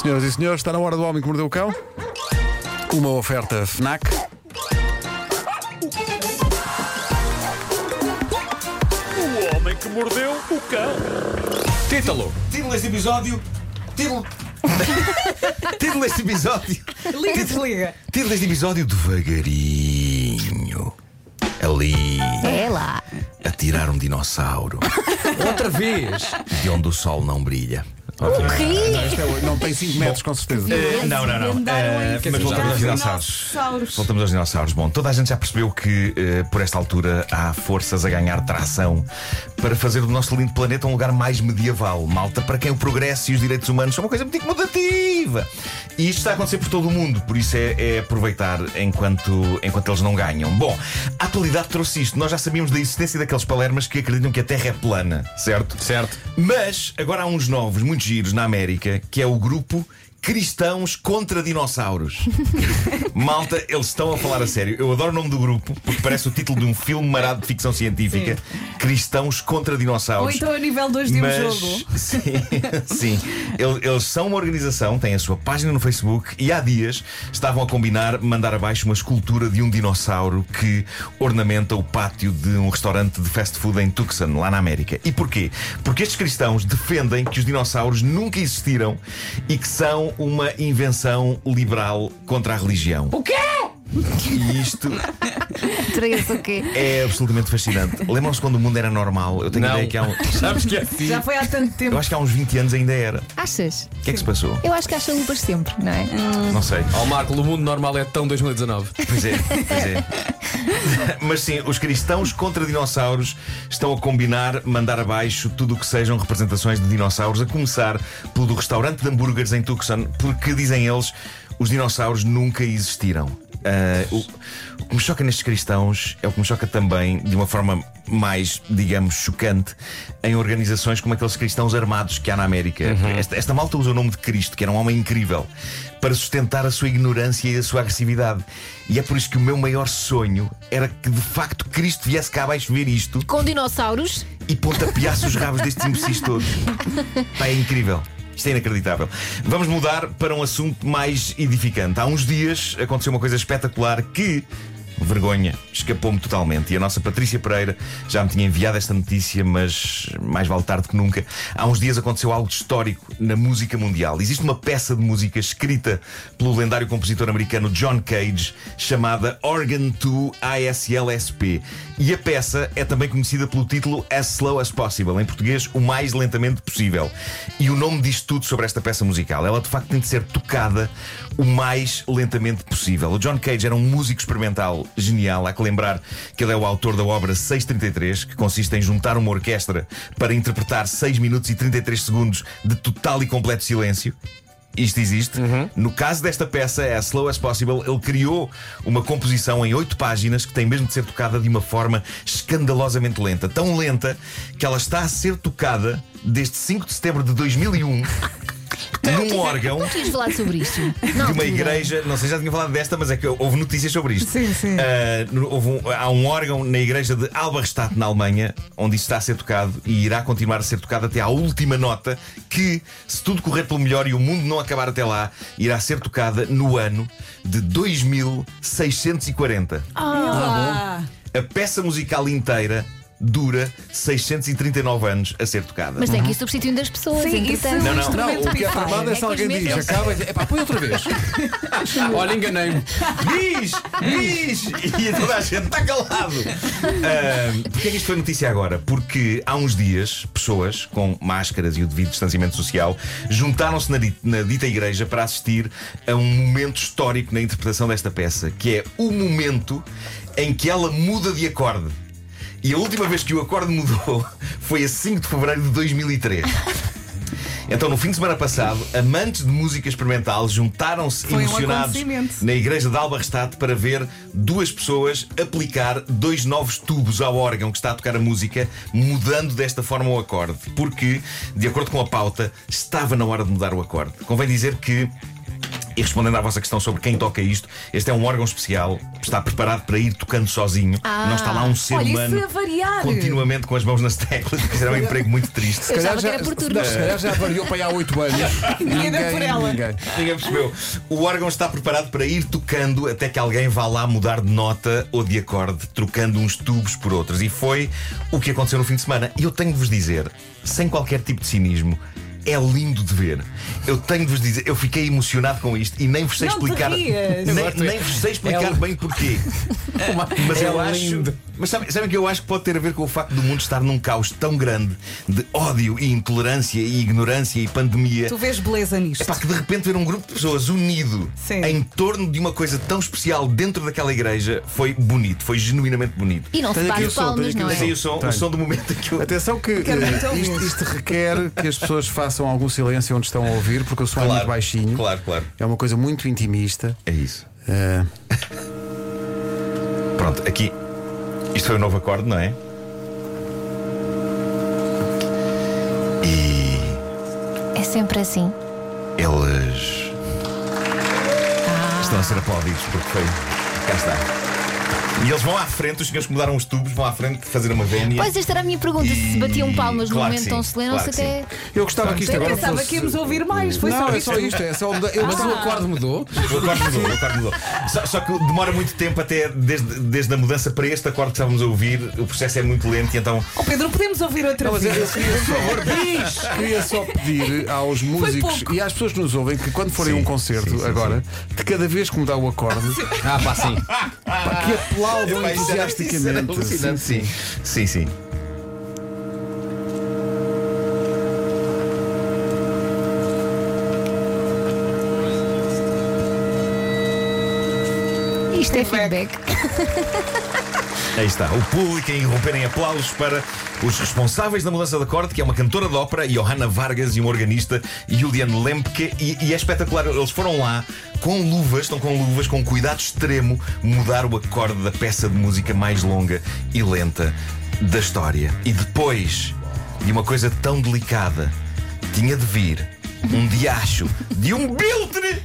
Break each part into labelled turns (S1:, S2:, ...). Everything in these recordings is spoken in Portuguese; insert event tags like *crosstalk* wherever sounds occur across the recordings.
S1: Senhoras e senhores, está na hora do Homem que Mordeu o Cão. Uma oferta FNAC.
S2: O homem que mordeu o cão.
S3: Título!
S4: Título deste episódio.
S5: *laughs*
S4: Título. Título deste episódio.
S5: Liga, desliga.
S4: Título deste episódio devagarinho. Ali.
S5: É lá.
S4: A tirar
S5: *laughs*
S4: um dinossauro
S3: Outra vez!
S4: de onde o sol não brilha.
S1: Isto é, não tem 5 metros, com certeza. É
S4: Eh, não, não, não. Eh, mas voltamos aos dinossauros.
S5: dinossauros.
S4: Voltamos aos dinossauros. Bom, toda a gente já percebeu que eh, por esta altura há forças a ganhar tração para fazer do nosso lindo planeta um lugar mais medieval. Malta, para quem o progresso e os direitos humanos são uma coisa muito incomodativa. E isto está a acontecer por todo o mundo, por isso é, é aproveitar enquanto, enquanto eles não ganham. Bom, a atualidade trouxe isto. Nós já sabíamos da existência daqueles palermas que acreditam que a Terra é plana, certo?
S3: Certo.
S4: Mas agora há uns novos, muito giros, na América, que é o grupo Cristãos contra Dinossauros. Malta, eles estão a falar a sério. Eu adoro o nome do grupo, porque parece o título de um filme marado de ficção científica: Cristãos contra
S5: Ou
S4: Dinossauros.
S5: então a nível 2 de um
S4: Mas,
S5: jogo.
S4: Sim, sim. Eles, eles são uma organização, têm a sua página no Facebook e há dias estavam a combinar mandar abaixo uma escultura de um dinossauro que ornamenta o pátio de um restaurante de fast food em Tucson, lá na América. E porquê? Porque estes cristãos defendem que os dinossauros nunca existiram e que são uma invenção liberal contra a religião. O quê? E isto
S6: Três o quê?
S4: é absolutamente fascinante. Lembram-se quando o mundo era normal? Eu tenho a
S3: Não.
S4: ideia que há um.
S3: Sabes que é assim?
S5: Já foi há tanto tempo.
S4: Eu acho que há uns 20 anos ainda era.
S6: Achas?
S4: O que é que se passou?
S6: Eu acho que acham para sempre, não é?
S4: Não sei.
S3: Ao Marco, o mundo normal é tão
S1: *laughs*
S3: 2019.
S4: Pois é, pois é. *laughs* Mas sim, os cristãos contra dinossauros estão a combinar mandar abaixo tudo o que sejam representações de dinossauros, a começar pelo do restaurante de hambúrgueres em Tucson, porque dizem eles os dinossauros nunca existiram. Ah, o, o que me choca nestes cristãos é o que me choca também, de uma forma mais, digamos, chocante, em organizações como aqueles cristãos armados que há na América. Esta, esta malta usa o nome de Cristo, que era um homem incrível, para sustentar a sua ignorância e a sua agressividade. E é por isso que o meu maior sonho era que de facto Cristo viesse cá abaixo ver isto
S6: Com dinossauros?
S4: e pontapeasse os rabos destes imbecis todos. Pá, é incrível. Isto é inacreditável. Vamos mudar para um assunto mais edificante. Há uns dias aconteceu uma coisa espetacular que. Vergonha, escapou-me totalmente. E a nossa Patrícia Pereira já me tinha enviado esta notícia, mas mais vale tarde que nunca. Há uns dias aconteceu algo histórico na música mundial. Existe uma peça de música escrita pelo lendário compositor americano John Cage, chamada Organ 2 ASLSP. E a peça é também conhecida pelo título As Slow as Possible, em português, o mais lentamente possível. E o nome diz tudo sobre esta peça musical. Ela de facto tem de ser tocada o mais lentamente possível. O John Cage era um músico experimental genial. Há que lembrar que ele é o autor da obra 633, que consiste em juntar uma orquestra para interpretar 6 minutos e 33 segundos de total e completo silêncio. Isto existe. No caso desta peça, é As Slow as Possible, ele criou uma composição em oito páginas que tem mesmo de ser tocada de uma forma escandalosamente lenta. Tão lenta que ela está a ser tocada desde 5 de setembro de 2001 num órgão
S6: Queres falar sobre isto? Não,
S4: de uma
S6: tudo bem.
S4: igreja, não sei se já tinha falado desta, mas é que houve notícias sobre isto.
S5: Sim, sim.
S4: Ah, no- houve um- há um órgão na igreja de Alberstadt, na Alemanha, onde isto está a ser tocado e irá continuar a ser tocado até à última nota, que, se tudo correr pelo melhor e o mundo não acabar até lá, irá ser tocada no ano de 2640.
S5: Ah,
S4: A peça musical inteira dura 639 anos a ser tocada.
S6: Mas tem que ir substituindo as pessoas.
S5: Sim, isso
S6: entretanto.
S5: é
S4: Não,
S5: um
S4: não,
S5: instrumento
S1: não, o que é
S5: pifar.
S1: verdade é se
S5: que os
S1: alguém diz,
S5: meus-
S3: Acaba e diz, epá, põe outra vez. Olha, enganei-me.
S4: Diz! Diz! E toda a gente está calado. Ahm, Porquê é que isto foi notícia agora? Porque há uns dias, pessoas com máscaras e o devido distanciamento social juntaram-se na, di- na dita igreja para assistir a um momento histórico na interpretação desta peça, que é o momento em que ela muda de acorde. E a última vez que o acorde mudou *laughs* foi a 5 de fevereiro de 2003. Então, no fim de semana passado, amantes de música experimental juntaram-se
S5: Foi um
S4: emocionados
S5: acontecimento.
S4: na igreja de Albarstadt para ver duas pessoas aplicar dois novos tubos ao órgão que está a tocar a música, mudando desta forma o acorde. Porque, de acordo com a pauta, estava na hora de mudar o acorde. Convém dizer que E respondendo à vossa questão sobre quem toca isto, este é um órgão especial, está preparado para ir tocando sozinho.
S6: Ah.
S4: não está lá um ser
S5: Olha, isso
S4: humano
S5: é variar.
S4: continuamente com as mãos nas teclas, que será um emprego muito triste.
S5: *laughs*
S6: Eu achava que era por turnos.
S1: se calhar já variou para aí há 8 anos.
S5: Ninguém deu por ela.
S1: ninguém.
S4: *laughs* Ninguém percebeu. O órgão está preparado para ir tocando até que alguém vá lá mudar de nota ou de acorde, trocando uns tubos por outros. E foi o que aconteceu no fim de semana. E eu tenho de vos dizer, sem qualquer tipo de cinismo, é lindo de ver. Eu tenho de vos dizer, eu fiquei emocionado com isto e nem vos sei
S5: Não te
S4: explicar.
S5: rias.
S4: nem, nem vos sei explicar
S3: É-
S4: bem porquê. Mas
S3: É
S4: eu acho.
S3: lindo.
S4: Mas sabem sabe que eu acho que pode ter a ver com o facto do mundo estar num caos tão grande de ódio e intolerância e ignorância e pandemia.
S5: Tu vês beleza nisto.
S4: É pá, que de repente ver um grupo de pessoas unido
S5: Sim.
S4: em torno de uma coisa tão especial dentro daquela igreja foi bonito, foi genuinamente bonito.
S6: E não se
S1: Tenho aqui
S6: bate
S1: o som, tenho
S6: palmas,
S1: aqui
S6: não
S1: o
S4: Mas aí
S6: é?
S4: o som,
S1: Tenho.
S4: o som do momento em que eu.
S1: Atenção que
S5: Quero
S1: eh,
S5: muito ouvir.
S1: isto, isto requer que as pessoas façam algum silêncio onde estão a ouvir, porque o som é muito baixinho.
S4: Claro, claro.
S1: É uma coisa muito intimista.
S4: É isso.
S1: Eh,
S4: Pronto, aqui. Isto foi um novo acorde, não é? E
S6: É sempre assim.
S4: eles
S6: Ah.
S4: estão a ser aplaudidos porque foi. Cá está. E eles vão à frente, os senhores que mudaram os tubos vão à frente fazer uma vénia.
S6: Pois esta era a minha pergunta: se
S4: E-
S6: batiam palmas no
S4: claro que
S6: momento
S4: sim,
S6: tão solene ou se
S4: claro que
S6: até.
S1: Eu gostava que isto
S5: Eu
S1: agora
S5: pensava
S1: fosse.
S5: que íamos ouvir mais. Foi
S1: Não,
S5: só
S1: é
S5: isto.
S1: só isto, é só. Eu
S3: Mas o
S1: gostava-
S3: acorde mudou.
S4: O acorde mudou, o acorde mudou. Só, só que demora muito tempo até, desde, desde a mudança para este acorde que estávamos a ouvir, o processo é muito lento e então.
S5: Oh, Pedro, podemos ouvir outra
S1: Não, mas eu eu
S5: vez?
S1: queria, por favor,
S5: *laughs*
S1: queria só pedir aos músicos
S5: pouco.
S1: e às pessoas que nos ouvem que quando forem a
S4: Sim,
S1: um concerto
S4: sim, sim,
S1: agora, de cada vez que mudar o acorde,
S3: Ah, pá, sim.
S1: pá, que aplaudam
S4: Epá, isso era- é isso era
S1: entusiasticamente.
S4: alucinante, Sim, sim. sim.
S6: Isto é feedback.
S4: Aí está, o público a irromper em aplausos para os responsáveis da mudança de acorde, que é uma cantora de ópera, Johanna Vargas, e um organista, Julian Lempke, e, e é espetacular. Eles foram lá com luvas, estão com luvas, com cuidado extremo, mudar o acorde da peça de música mais longa e lenta da história. E depois de uma coisa tão delicada, tinha de vir um diacho de um biltre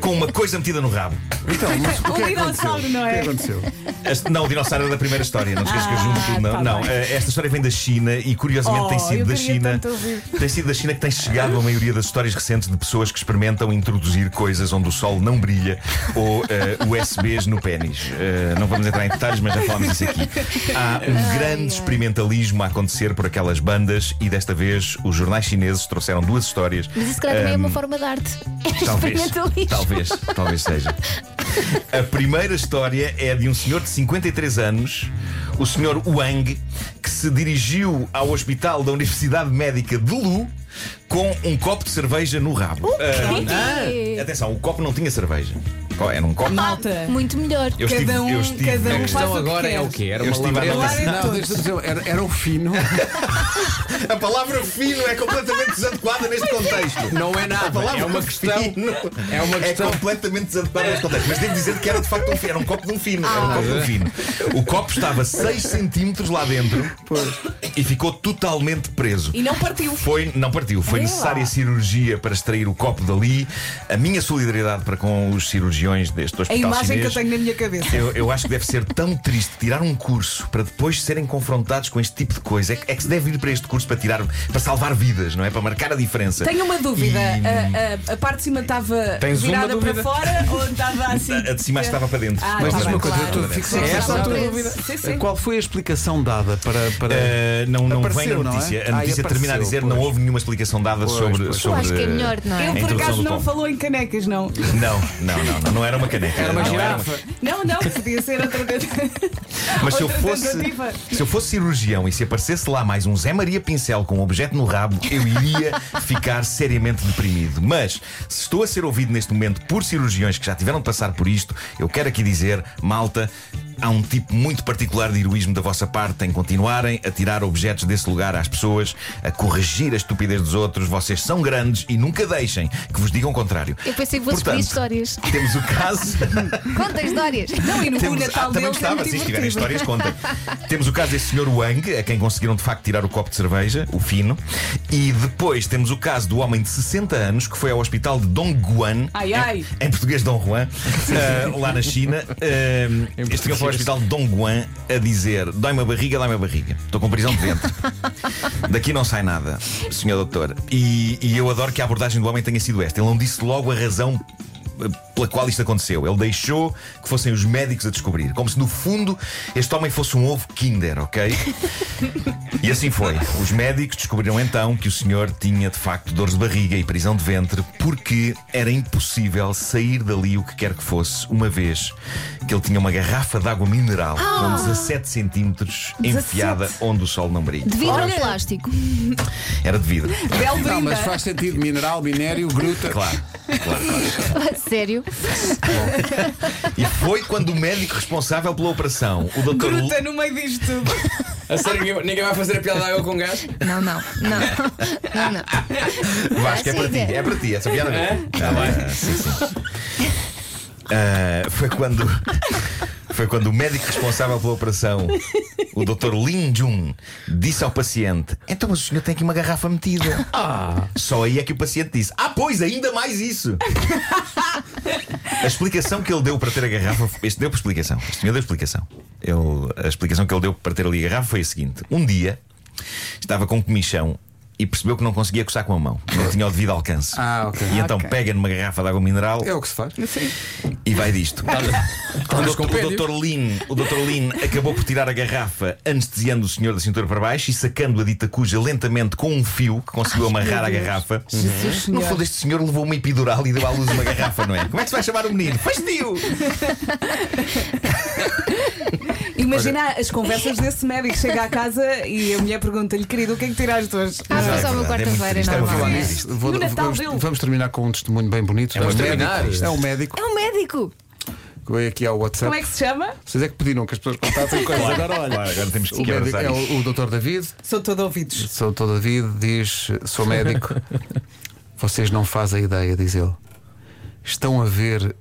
S4: com uma coisa metida no rabo.
S1: Então, mas o que é
S5: Um
S1: que
S5: dinossauro,
S1: aconteceu?
S5: não é?
S1: O que aconteceu?
S4: Este- não, o dinossauro era da primeira história, não te esqueças que eu junto tudo. Não,
S5: tá
S4: não.
S5: bem.
S4: eh, esta história vem da China e curiosamente
S5: Oh,
S4: tem sido
S5: eu
S4: da
S5: queria
S4: China.
S5: tanto ouvir.
S4: Tem sido da China que tem chegado a maioria das histórias recentes de pessoas que experimentam introduzir coisas onde o sol não brilha ou eh, USBs no pênis. Eh, não vamos entrar em detalhes, mas já falámos disso aqui. Há um grande experimentalismo a acontecer por aquelas bandas e desta vez os jornais chineses trouxeram duas histórias.
S6: Mas isso, se calhar, também é
S4: Ahm,
S6: uma forma de arte. É *laughs*
S4: Talvez,
S6: experimentalismo.
S4: talvez, talvez seja. A primeira história é de um senhor de 53 anos, o senhor Wang, que se dirigiu ao hospital da Universidade Médica de Lu com um copo de cerveja no rabo.
S6: quê?
S4: Ah, atenção, o copo não tinha cerveja. Era um copo.
S5: Malta.
S6: Muito melhor.
S4: Eu estive,
S5: Cada
S4: eu
S5: um-
S4: estive,
S5: cada um
S4: eu
S5: faz
S4: estive-
S3: Então
S5: o que
S3: agora
S5: quer.
S3: é o quê? Era
S4: Eu
S3: uma
S4: estive à
S3: lambreta.
S5: nota-
S1: Não, deixa-me dizer, era, era um fino.
S4: A palavra fino é completamente desadequada neste contexto.
S3: Não
S1: *laughs*
S3: é
S4: A
S3: nada,
S4: palavra
S3: é uma questão.
S4: fino
S3: É uma questão.
S4: completamente desadequada neste contexto. Mas devo dizer que era de facto um fino, era um copo de um fino. Era um copo
S5: Ah.
S4: de um fino. O copo estava 6 centímetros lá dentro e ficou totalmente preso.
S5: E não partiu.
S4: Foi, não partiu, foi
S5: Vê lá.
S4: necessária cirurgia para extrair o copo dali. A minha solidariedade para com os cirurgiões deste
S5: A
S4: hospital
S5: imagem que eu
S4: chinês.
S5: tenho na minha cabeça.
S4: Eu, eu acho que deve ser tão triste tirar um curso para depois serem confrontados com este tipo de coisa. É, que- é que se deve ir para este curso para tirar, para salvar vidas, não é? Para marcar a diferença.
S5: Tenho uma dúvida. Ah,
S4: E-
S5: A, a- a parte de cima estava
S3: Tens uma
S5: virada para
S3: dúvida?
S5: fora ou estava assim?
S4: A de cima acho que estava para dentro.
S5: Ah,
S1: Mas
S5: tá
S1: diz
S5: bem,
S1: uma coisa,
S5: claro.
S1: eu estou fixado.
S5: Sim,
S1: Essa
S5: estava
S1: é a tua
S5: preso.
S3: dúvida.
S5: *laughs* Sim, sim.
S1: Qual foi a explicação dada para. para...
S4: Uh, não não
S1: É. Apareceu,
S4: vem
S1: não
S4: na
S1: é?
S4: notícia.
S1: Ah,
S4: A notícia
S1: apareceu,
S4: termina a dizer
S1: pois.
S4: não houve nenhuma explicação dada
S1: Pois,
S4: sobre,
S1: pois.
S6: Eu
S4: sobre.
S6: acho que é melhor, não é?
S5: Ele
S4: A
S5: por acaso
S4: introdução do
S5: não
S4: pão.
S5: falou em canecas, não.
S4: Não, não, não, não, não era uma caneca.
S3: Era
S1: Ah,
S3: uma
S4: não,
S3: girafa.
S5: Não, não, podia ser outra
S4: *laughs*
S5: coisa.
S4: Mas se eu,
S5: Outra
S4: fosse,
S5: tentativa.
S4: se eu fosse cirurgião e se aparecesse lá mais um Zé Maria Pincel com um objeto no rabo,
S5: *laughs*
S4: eu iria ficar seriamente deprimido. Mas se estou a ser ouvido neste momento por cirurgiões que já tiveram de passar por isto, eu quero aqui dizer, malta, há um tipo muito particular de heroísmo da vossa parte em continuarem a tirar objetos desse lugar às pessoas, a corrigir a estupidez dos outros. Vocês são grandes e nunca deixem que vos digam o contrário.
S6: Eu pensei que fosse
S4: Portanto,
S6: pedir histórias.
S4: Temos o
S6: *laughs*
S4: caso.
S6: Conta histórias.
S5: Não, e no
S4: Temos- ah,
S5: Natal
S4: também
S5: deles é
S4: gostava,
S5: muito
S4: se
S5: divertido.
S4: tiverem histórias, contem.
S5: *laughs*
S4: temos o caso desse senhor Wang, a quem conseguiram de facto tirar o copo de cerveja, o fino. E depois temos o caso do homem de 60 anos que foi ao hospital de Dongguan,
S5: Ai,
S4: em-
S5: ai.
S4: Em, português Dom Juan, ah, lá
S5: *laughs*
S4: na China. Ah, este senhor foi ao hospital de Dongguan a dizer: dói-me a barriga, dói-me a barriga. Estou com prisão de ventre. Daqui não sai nada, senhor doutor. E, e eu adoro que a abordagem do homem tenha sido esta. Ele não disse logo a razão eh, pela qual isto aconteceu. Ele deixou que fossem os médicos a descobrir. Como se, no fundo, este homem fosse um ovo Kinder, ok? E assim foi. Os médicos descobriram então que o senhor tinha de facto dores de barriga e prisão de ventre porque era impossível sair dali o que quer que fosse, uma vez que ele tinha uma garrafa de água mineral com 17 centímetros enfiada onde o sol não brilha.
S6: De vidro ou *laughs* plástico?
S4: Era de vidro. É
S5: Bel
S1: Não,
S5: brinda.
S1: mas faz sentido. Mineral, minério, gruta.
S4: Claro, é claro, claro.
S6: Sério?
S4: E foi quando o médico responsável pela operação, o doutor
S5: Gruta no meio disto tudo.
S3: A sério, ninguém, ninguém vai fazer a piada da água com um gás?
S6: Não, não. Não, não. não.
S4: Vasco, é para ti,
S6: Siga.
S4: é para ti, essa piada não é? Tá bem, sim, sim. Ah, foi quando foi quando o médico responsável pela operação, o Dr. Lin Jun, disse ao paciente: Então, mas o senhor tem aqui uma garrafa metida. Só aí é que o paciente disse: Ah, pois, ainda mais isso. A explicação que ele deu para ter a garrafa. Este deu por explicação. Este senhor deu explicação. Ele- a explicação que ele deu para ter ali a garrafa foi a seguinte: Um dia estava com um comichão e percebeu que não conseguia coçar com a mão. Não tinha o devido alcance.
S1: Ah, ok.
S4: E então
S5: Ok.
S4: pega numa garrafa de água mineral
S1: É o que se faz.
S4: e vai disto.
S1: Tá
S3: Quando eu
S4: Mas
S3: comprei-
S4: o Dr. Lin, o Dr. Lin acabou por tirar a garrafa anestesiando o senhor da cintura para baixo e sacando a dita cuja lentamente com um fio que conseguiu amarrar a garrafa.
S5: Jesus
S4: No
S5: senhor.
S4: fundo, este senhor levou uma epidural e deu à luz uma garrafa, não é? Como é que se vai chamar o menino? Fastio!
S5: *laughs* Imagina as conversas desse médico. Chega à casa e a mulher pergunta-lhe, querido, o que é que tiraste hoje?
S6: Ah,
S4: Exato,
S6: foi só
S4: é
S6: uma
S4: muito
S6: quarta-feira,
S4: triste, é uma
S6: normal.
S4: vergonha.
S6: É
S4: Existe.
S1: Vou-
S5: E o Natal
S1: vamos,
S5: dele?
S1: vamos terminar com um testemunho bem bonito.
S3: vamos
S1: médico.
S3: terminar.
S1: Isto É um médico.
S6: um médico.
S1: Foi aqui ao WhatsApp.
S5: Como é que se chama?
S1: Vocês é que pediram que as pessoas contassem coisas. Agora olha.
S4: Claro, agora temos
S1: O
S4: que
S1: médico
S4: abraçar
S1: é
S4: isto.
S1: o, o Dr. David.
S5: Sou todo ouvidos.
S1: Sou o Dr. David, diz: Sou
S5: *laughs*
S1: médico. Vocês não fazem ideia, diz ele. Estão a ver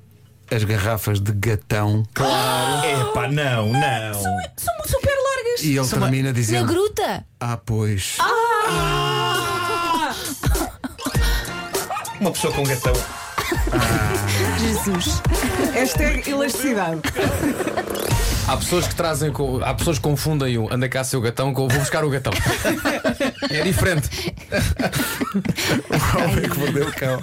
S1: as garrafas de gatão.
S4: Epá, não, não.
S5: São super largas.
S1: E ele
S4: uma-
S1: termina
S6: Na
S1: dizendo:
S6: gruta.
S1: Ah, pois. *laughs*
S4: Uma pessoa com gatão.
S6: Jesus.
S5: Esta é elasticidade.
S3: Há pessoas que trazem. Com, há pessoas que confundem o anda cá seu gatão com vou buscar o
S1: *laughs*
S3: gatão. É diferente.
S1: O homem que mordeu o cão.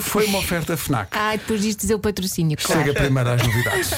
S1: Foi uma oferta Fnac.
S6: Ah, depois disto dizer o patrocínio. Claro.
S1: Chega primeiro às novidades.